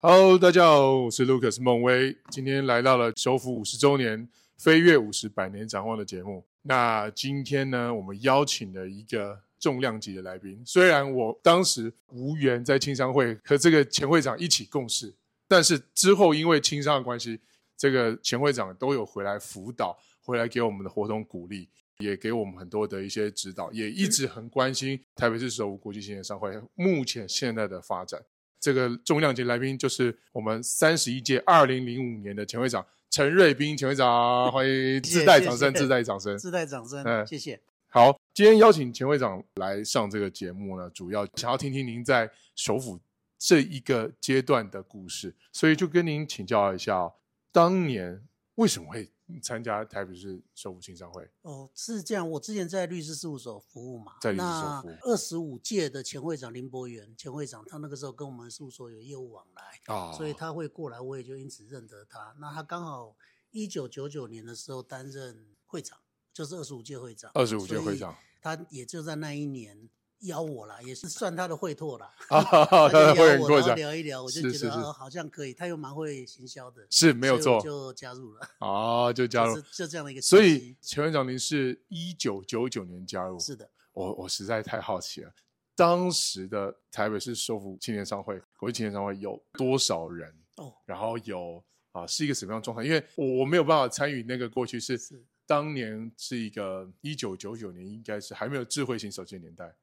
Hello，大家好，我是 Lucas 孟威，今天来到了首府五十周年、飞跃五十百年展望的节目。那今天呢，我们邀请了一个重量级的来宾，虽然我当时无缘在青商会和这个前会长一起共事，但是之后因为青商的关系，这个前会长都有回来辅导，回来给我们的活动鼓励。也给我们很多的一些指导，也一直很关心台北市首府国际青年商会目前现在的发展。这个重量级来宾就是我们三十一届二零零五年的前会长陈瑞斌前会长，欢迎谢谢自带掌声，谢谢自带掌声。自带掌嗯声，谢谢。好，今天邀请前会长来上这个节目呢，主要想要听听您在首府这一个阶段的故事，所以就跟您请教一下哦、当年为什么会参加台北市首府青商会？哦，是这样，我之前在律师事务所服务嘛，在律师事务所服务那二十五届的前会长林博元，前会长他那个时候跟我们事务所有业务往来，啊所以他会过来，我也就因此认得他。那他刚好一九九九年的时候担任会长，就是二十五届会长，二十五届会长，他也就在那一年邀我啦，也是算他的会拓啦。啊， 他他的就会员邀我，过然后奖聊一聊，我就是觉是得是呃好像可以，他又蛮会行销的，是没有所以我错就加入了。啊，就加入就。是就这样的一个契机。所以前院长您是一九九九年加入，是的，我我实在太好奇了，当时的台北市首府青年商会国际青年商会有多少人？哦，然后有啊是一个什么样的状态？因为我我没有办法参与那个过去是是当年是一个一九九九年，应该是还没有智慧型手机的年代，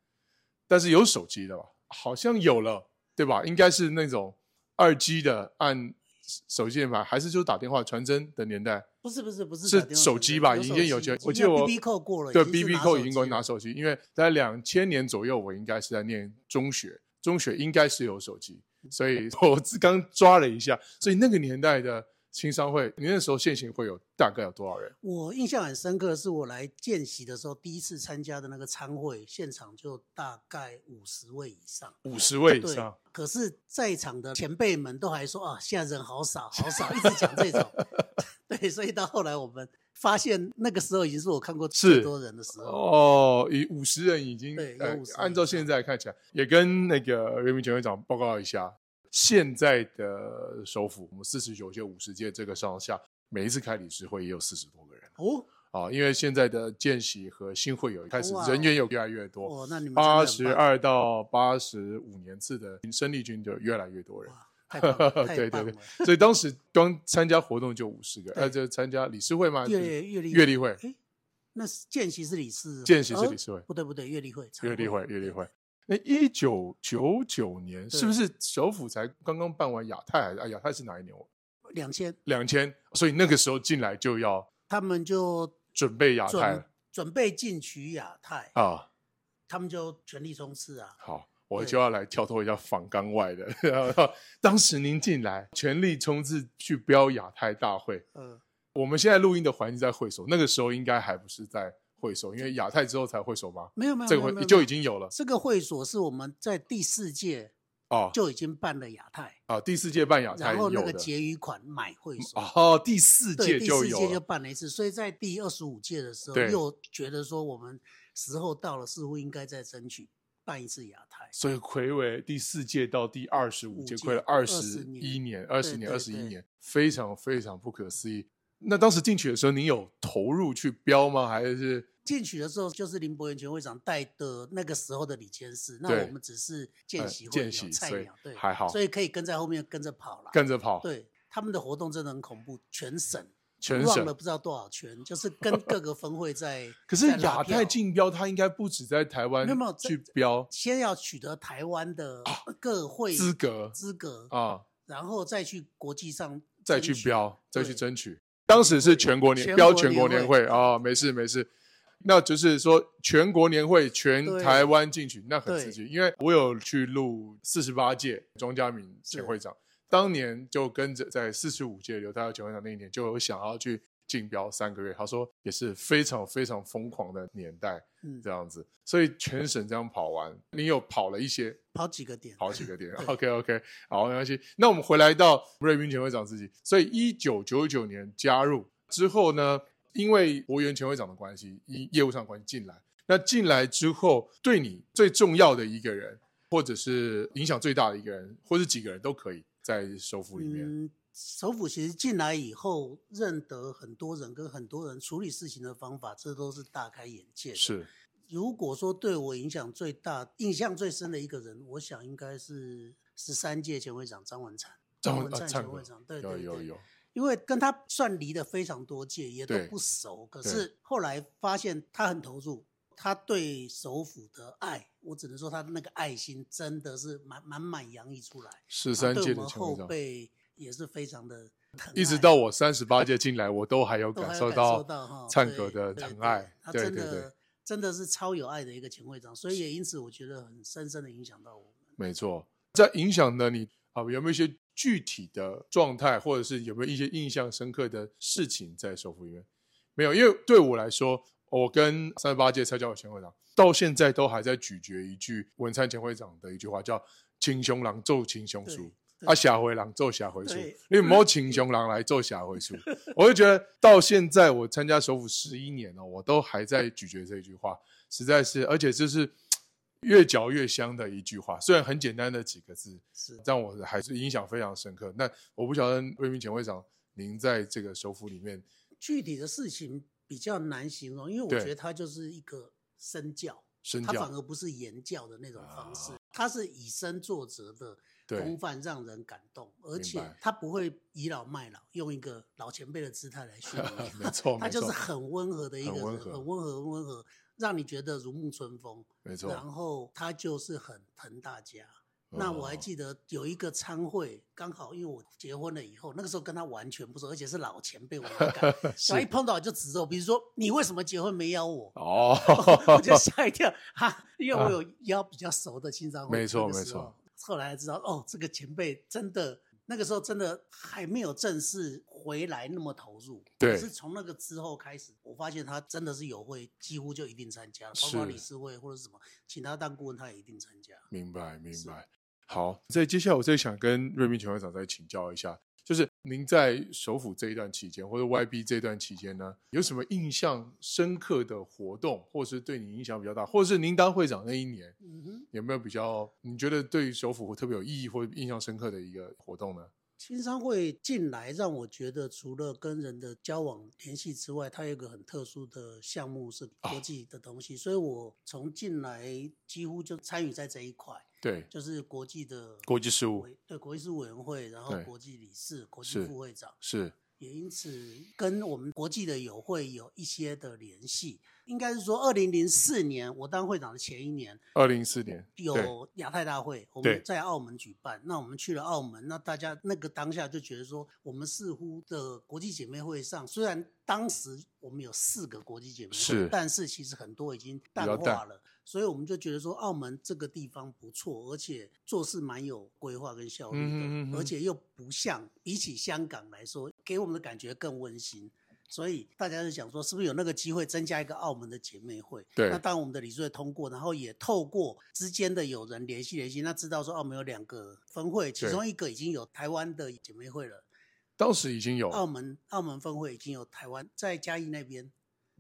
但是有手机的吧？好像有了，对吧？应该是那种二 G 的按手机键盘，还是就打电话传真的年代？不是不是不是打是电话手给机人吧？有已手经有钱，我记得那我 BB 扣过了，对已经是 BB 拿扣手已经机给我拿了手机，因为在两千年左右，我应该是在念中学，中学应该是有手机，嗯所以 我只刚抓了一下，所以那个年代的青商会，你那时候现行会有大概有多少人？我印象很深刻，是我来见习的时候第一次参加的那个参会，现场就大概五十位以上。五十位以对上，可是在场的前辈们都还说啊，现在人好少，好 少，一直讲这种。 对，所以到后来我们发现，那个时候已经是我看过是最多人的时候。哦，以五十人已经对有呃50人，按照现在看起来，也跟那个人民检察长报告一下，现在的首府，我们四十九届、五十届这个上下，每一次开理事会也有四十多个人。哦，啊，因为现在的见习和新会有开始哇哦人员有越来越多，哦，那你们真的八很十棒，二到八十五年次的生力军就越来越多人，哇太 棒了，对对太棒对了，所以当时光参加活动就五十个，对呃，就参加理事会嘛，阅阅历阅历会、哎，那是见习是理事，见习是理呃事会、不对不对，阅历会，常阅历会、阅历会。那一九九九年是不是首府才刚刚办完亚太？还是啊，亚太是哪一年？我两千，两千，所以那个时候进来就要他们就准备亚太准了准备进取亚太，啊。他们就全力冲刺啊。好，我对就要来跳脱一下访纲外的。然后当时您进来，全力冲刺去标亚太大会。呃，我们现在录音的环境在会所，那个时候应该还不是在会所，因为亚太之后才会所吗？没有没有，这个没有没会有就已经有了这个会所是我们在第四届哦就已经办了亚太，啊，第四届办亚太然后那有个的结余款买会所。哦，第四届对，第就四有届就了办了一次，所以在第二十五届的时候，对又觉得说我们时候到了，似乎应该再争取办一次亚太。所以魁伟第四届到第二十五五届，届亏了二十一20年、二十年、对二对十一对年，非常非常不可思议。那当时进去的时候，您有投入去标吗？还是进去的时候就是林伯元全会长带的那个时候的李监事，那对我们只是见习呃会见鸟、习，菜所以鸟，对，还好，所以可以跟在后面跟着跑了。跟着跑，对，他们的活动真的很恐怖，全省全乱了省。不知道多少圈，就是跟各个分会在 。可是在亚拉太票竞标，它应该不止在台湾没有没有在去标先要取得台湾的各会哦资格资格，啊，然后再去国际上再去争取。标，再对去争取。当时是全国年全标国全国年年会会啊，没事没事。那就是说，全国年会全对台湾进去，那很对刺激。因为我有去录四十八届庄家敏前是会长，当年就跟着在四十五届刘太耀前会长那一年，就有想要去竞标三个月。他说也是非常非常疯狂的年代，嗯这，样子，所以全省这样跑完，你有跑了一些，跑几个点？跑几个点对，OK OK，好，没关系。那我们回来到瑞斌前会长自己，所以一九九九年加入之后呢，因为博元前会长的关系，以业务上的关系进来，那进来之后，对你最重要的一个人，或者是影响最大的一个人，或者几个人都可以，在首府里面？嗯，首府其实进来以后，认得很多人，跟很多人处理事情的方法，这都是大开眼界的。是如果说对我影响最大、印象最深的一个人，我想应该是十三届前会长张文灿。张文文啊灿灿前哥会长，对有对有对，有，因为跟他算离的非常多届，也都对不熟。可对是后来发现他很投入，他对首府的爱，我只能说他的那个爱心真的是满满满洋溢出来。十他三啊对届我的们前会后长，辈也是非常的疼爱，一直到我三十八届进来，我都还有都还感有受到到哈灿哥对的对疼对爱他。对真对的对，真的是超有爱的一个前会长，所以也因此我觉得很深深的影响到我们。没错，在影响了你啊，有没有一些具体的状态，或者是有没有一些印象深刻的事情在首府里面？没有，因为对我来说，我跟三十八届蔡教委前会长到现在都还在咀嚼一句文灿前会长的一句话，叫“亲兄狼揍亲兄对叔”。对啊，下回狼做下回书对，你摸请熊狼来做下回 书，我就觉得到现在我参加首府十一年了，我都还在咀嚼这一句话，实在是，而且这是嘖越嚼越香的一句话，虽然很简单的几个字，是但我还是印象非常深刻。那我不晓得魏明前会长，您在这个首府里面，具体的事情比较难形容，因为我对觉得他就是一个身教，身他反教而不是言教的那种方式啊，他是以身作则的。对风范让人感动，而明且白，他不会倚老卖老，用一个老前辈的姿态来训 练没错他没就是错很温和的一个很温人，和很温和，很温和，让你觉得如沐春风。没错，然后他就是很疼大家。那哦我还记得有一个参会，刚好因为我结婚了以后，那个时候跟他完全不熟，而且是老前辈，我很 感， 得然后一碰到就指着我，比如说你为什么结婚没邀我？，哦 我 就吓一跳哈、因为我有邀比较熟的青商会，啊没错那个时候没错。后来才知道，哦，这个前辈真的那个时候真的还没有正式回来那么投入，对可是从那个之后开始，我发现他真的是有会，几乎就一定参加，包括是理事会或者是什么，请他当顾问，他也一定参加。明白，明是白。好，在接下来我再想跟瑞明前会长再请教一下，就是您在首府这一段期间，或者 YB 这段期间呢，有什么印象深刻的活动，或是对你影响比较大，或者是您当会长那一年嗯哼，有没有比较你觉得对于首府特别有意义或印象深刻的一个活动呢？青商会进来让我觉得，除了跟人的交往联系之外，它有一个很特殊的项目是国哦际的东西，所以我从进来几乎就参与在这一块，对，就是国际的国际事务委对国际事务委员会，然后对国际理事、国际是副会长，是也因此跟我们国际的友会有一些的联系。应该是说，二零零四年我当会长的前一年，二零一四年，对有亚太大会，我对们在澳门举办，那我们去了澳门，那大家那个当下就觉得说，我们似乎的国际姐妹会上，虽然当时我们有四个国际姐妹是会，但是其实很多已经淡较化淡了，所以我们就觉得说，澳门这个地方不错，而且做事蛮有规划跟效率的，嗯哼嗯哼而且又不像比起香港来说，给我们的感觉更温馨。所以大家就想说，是不是有那个机会增加一个澳门的姐妹会？对那当然我们的理事会通过，然后也透过之间的有人联系联系，那知道说澳门有两个分会，其对中一个已经有台湾的姐妹会了，当时已经有澳门澳门分会已经有台湾在嘉义那边，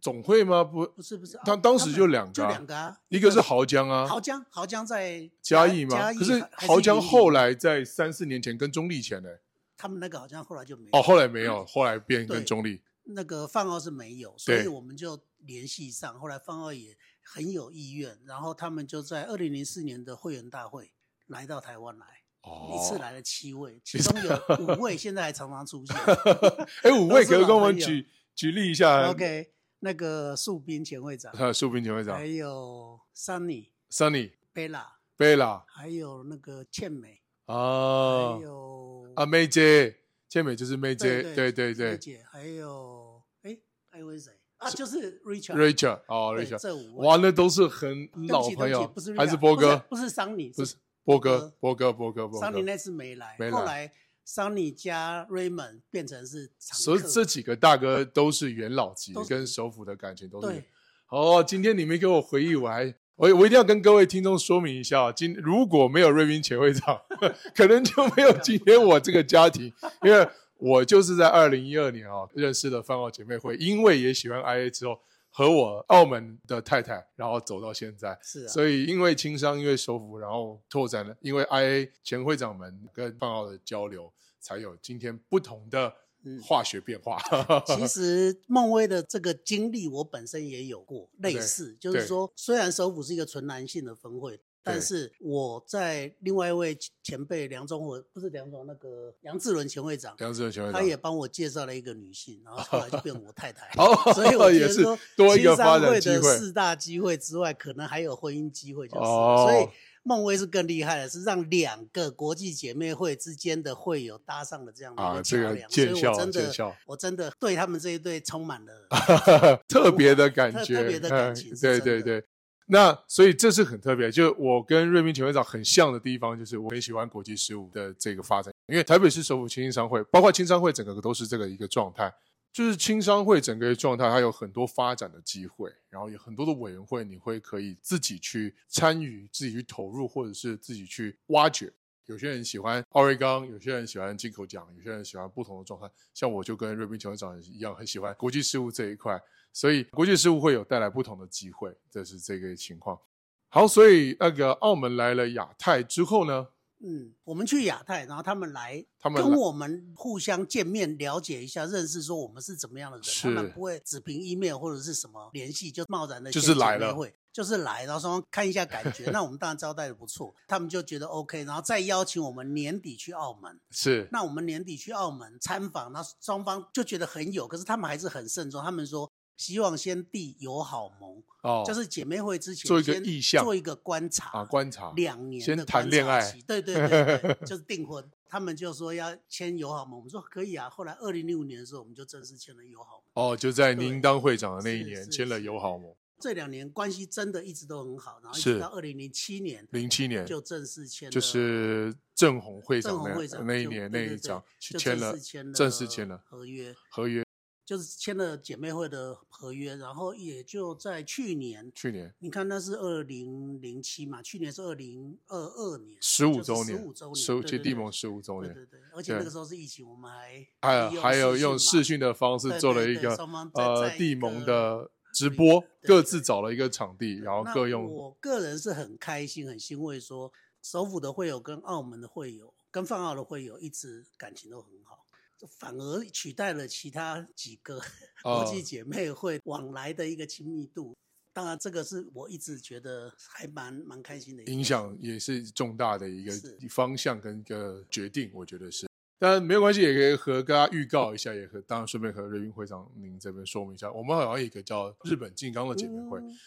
总会吗？不，不是不是，当澳当时他们就两个就啊两个啊，一个是濠江啊，濠江濠江在嘉义吗？嘉义可是还濠江云林后来在三四年前跟中立前呢、他们那个好像后来就没有哦，后来没有，后来变跟嗯对中立，那个范奥是没有，所以对我们就联系上。后来范奥也很有意愿，然后他们就在二零零四年的会员大会来到台湾来，哦，一次来了七位，其中有五位现在还常常出现。 哎，五位都可是以老跟我们朋友举举例一下啊 OK，那个树斌前 会长，呃，树平前会长还有 Sunny、 Sunny、 Bella，贝拉还有那个倩美，啊还有啊，妹姐，倩美就是妹姐，对哎对对对对姐，还有哎，还有谁啊？就是 Richard。 ，Richard 哦对，Richard，这五位哇，那都是很对不老起朋对不友起不是，还是 Richard，波哥，不是不是桑尼，不是波哥波波，哥，波哥，波桑尼哥，那次没来，没来后来桑尼加 Raymond 变成是常所以客这几个大哥都是元老级都，是跟首府的感情都是对哦，今天你没给我回忆，我还我我一定要跟各位听众说明一下啊，今如果没有瑞斌前会长， 可能就没有今天我这个家庭，因哦为我就是在二零一二年啊认识了饭号姐妹会，因为也喜欢 IA 之后，和我澳门的太太，然后走到现在。是啊，所以因为轻商，因为首府，然后拓展了，因为 IA 前会长们跟范浩的交流，才有今天不同的嗯化学变化。 其实孟威的这个经历，我本身也有过类似，就是说，虽然首府是一个纯男性的分会，但是我在另外一位前辈梁中文，不是梁中文那个杨志伦前会长，梁志文前会他长。也帮我介绍了一个女性，然后后来就变我太太哦 所以我觉 也得是说，多一个青发商展会机的会。四大机会之外，可能还有婚姻机会，就是了、哦所以孟威是更厉害的，是让两个国际姐妹会之间的会友搭上了这样的一啊，个这桥个梁，所见以效我真见的效，我真的对他们这一对充满了 特别的感觉， 特特别的感情嗯是对真对的对。那所以这是很特别，就我跟瑞明前会长很像的地方，就是我很喜欢国际事务的这个发展，因为台北市首府青商会，包括青商会整个都是这个一个状态，就是青商会整个的状态，它有很多发展的机会，然后有很多的委员会，你会可以自己去参与、自己去投入，或者是自己去挖掘。有些人喜欢奥瑞冈，有些人喜欢进口奖，有些人喜欢不同的状态。像我就跟瑞宾酋长一样，很喜欢国际事务这一块，所以国际事务会有带来不同的机会，这是这个情况。好，所以那个澳门来了亚太之后呢，嗯，我们去亚太，然后他们来他们跟来我们互相见面，了解一下，认识说我们是怎么样的人，是他们不会只凭 email 或者是什么联系就贸然的就是来了会。就是来，然后双方看一下感觉，那我们当然招待的不错，他们就觉得 OK，然后再邀请我们年底去澳门，是那我们年底去澳门参访，那双方就觉得很有，可是他们还是很慎重，他们说希望先缔友好盟，哦，就是姐妹会之前做一个先意向做一个观察啊，观察两年先的谈观恋察爱期对对对对，就是订婚。他们就说要签友好盟，我们说可以啊。后来二零零五年的时候，我们就正式签了友好盟。哦，就在对您当会长的那一是年是签了是友好盟，这两年关系真的一直都很好，然后一是直到二零零七年零七年就正式签了，就是郑红会郑长红那会长那一就年那对一对对张去就签正了式签了正式签了合约，合约，就是签了姐妹会的合约，然后也就在去年。去年你看，那是二零零七嘛，去年是二零二二年，十五周年十五周，年，十五对届地对对盟十五周对年，对对，而且那对个时候是疫情，我们还还有利还有用视视讯的方式对做对了一对个双方在呃在一地盟个的直里播对，对各自找了一个场地，嘛然后那各用我个人是很开心、很欣慰说，首府的会友跟澳门的会友、跟泛澳的会友一直感情都很好，反而取代了其他几个哦国际姐妹会往来的一个亲密度。当然，这个是我一直觉得还蛮蛮开心的一件影事响也是重大的一个是方向跟一个决定，我觉得是。但没有关系，也可以和大家预告一下，也和当然顺便和瑞云会长您这边说明一下，我们好像有一个叫日本静冈的姐妹会，嗯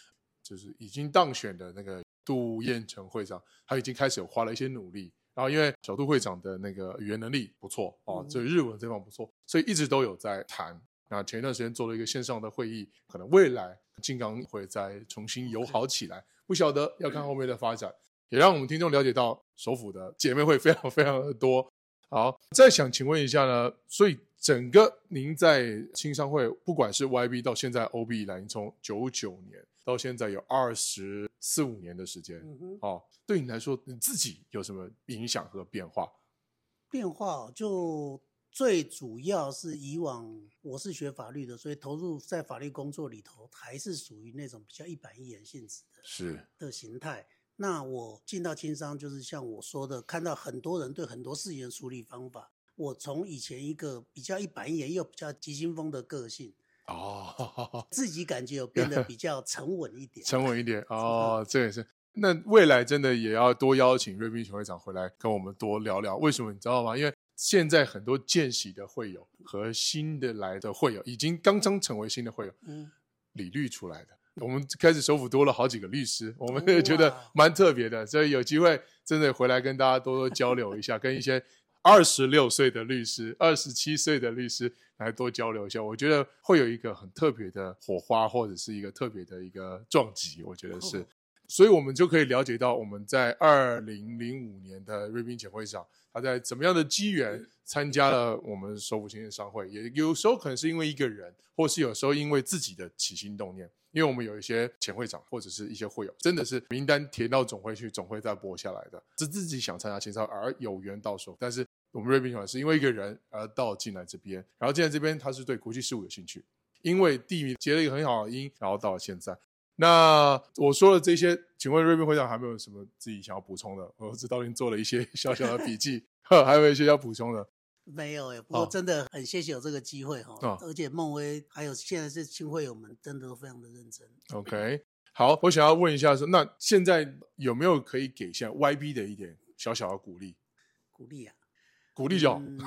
就是已经当选的那个杜彦成会长，他已经开始有花了一些努力。然后因为小杜会长的那个语言能力不错哦，嗯所以日文这方不错，所以一直都有在谈。那前一段时间做了一个线上的会议，可能未来金刚会再重新友好起来，不晓得要看后面的发展，也让我们听众了解到首府的姐妹会非常 非常的多。好，再想请问一下呢，所以整个您在青商会，不管是 YB 到现在 OB 以来，您从九九年到现在有二十四五年的时间，嗯哼。哦，对你来说你自己有什么影响和变化？变化哦就最主要是以往我是学法律的，所以投入在法律工作里头，还是属于那种比较一板一眼性质的是的形态。那我进到轻商，就是像我说的，看到很多人对很多事情的处理方法，我从以前一个比较一板一眼又比较急惊风的个性，哦， 自己感觉有变得比较沉稳一点。沉稳一点哦，这也是。那未来真的也要多邀请瑞斌熊会长回来跟我们多聊聊，为什么你知道吗？因为现在很多见习的会友和新的来的会友，已经刚刚成为新的会友， 嗯，理律出来的。我们开始首府多了好几个律师，我们哇觉得蛮特别的，所以有机会真的回来跟大家多多交流一下，跟一些二十六岁的律师、二十七岁的律师来多交流一下，我觉得会有一个很特别的火花，或者是一个特别的一个撞击，我觉得是。所以我们就可以了解到，我们在二零零五年的瑞宾前会长，他在怎么样的机缘参加了我们首府青年商会，也有时候可能是因为一个人，或是有时候因为自己的起心动念。因为我们有一些前会长或者是一些会友，真的是名单填到总会去，总会再拨下来的，是自己想参加青少而有缘到手。但是我们瑞宾前会长是因为一个人而到进来这边，然后进来这边他是对国际事务有兴趣，因为地名结了一个很好的因，然后到了现在。那我说了这些，请问瑞斌会长还没有什么自己想要补充的？我这道边做了一些 小小的笔记，呵还有一些要补充的。没有哎、不过哦真的很谢谢有这个机会哈、哦而且孟威还有现在这亲会友们真的都非常的认真。 OK，好，我想要问一下说，那现在有没有可以给一下 YB 的一点小小的鼓励？鼓励啊，鼓励就好。嗯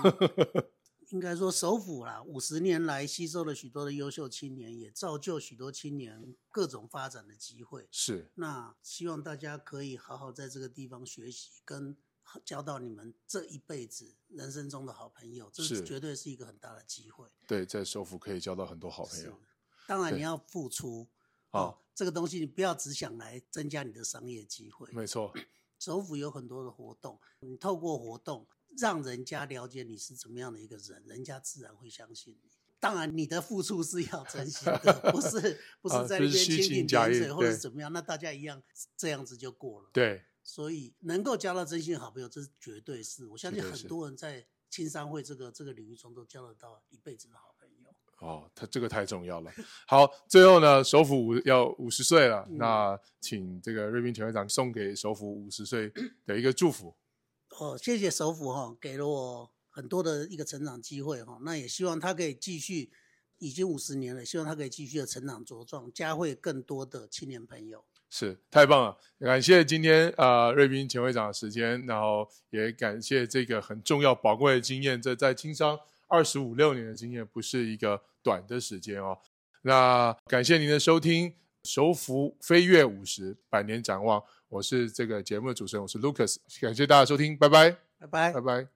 应该说首府啦，五十年来吸收了许多的优秀青年，也造就许多青年各种发展的机会。是那希望大家可以好好在这个地方学习，跟交到你们这一辈子人生中的好朋友，这是是绝对是一个很大的机会。对，在首府可以交到很多好朋是友。，当然你哦对要付出哦，这个东西你不要只想来增加你的商业机会。没错，首府有很多的活动，你透过活动让人家了解你是怎么样的一个人，人家自然会相信你。当然，你的付出是要真心的，不是不啊是在就那是边虚蜻情蜓假点意水或者对怎么样，那大家一样这样子就过了。对，所以能够交到真心的好朋友，这是绝对是我相绝信对很是多人在青商会这个这个领域中都交得到一辈子的好朋友。哦，他这个太重要了。好，最后呢，首府五要五十岁了，嗯那请这个瑞斌前会长送给首府五十岁的一个祝福。哦，谢谢首府哈、给了我很多的一个成长机会哈、那也希望他可以继续，已经五十年了，希望他可以继续的成长茁壮，加会更多的青年朋友。是太棒了，感谢今天呃瑞斌前会长的时间，然后也感谢这个很重要宝贵的经验，这在经商二十五六年的经验不是一个短的时间哦。那感谢您的收听，手幅飞跃五十百年展望，我是这个节目的主持人，我是 Lucas，感谢大家收听，拜拜，拜拜拜。拜。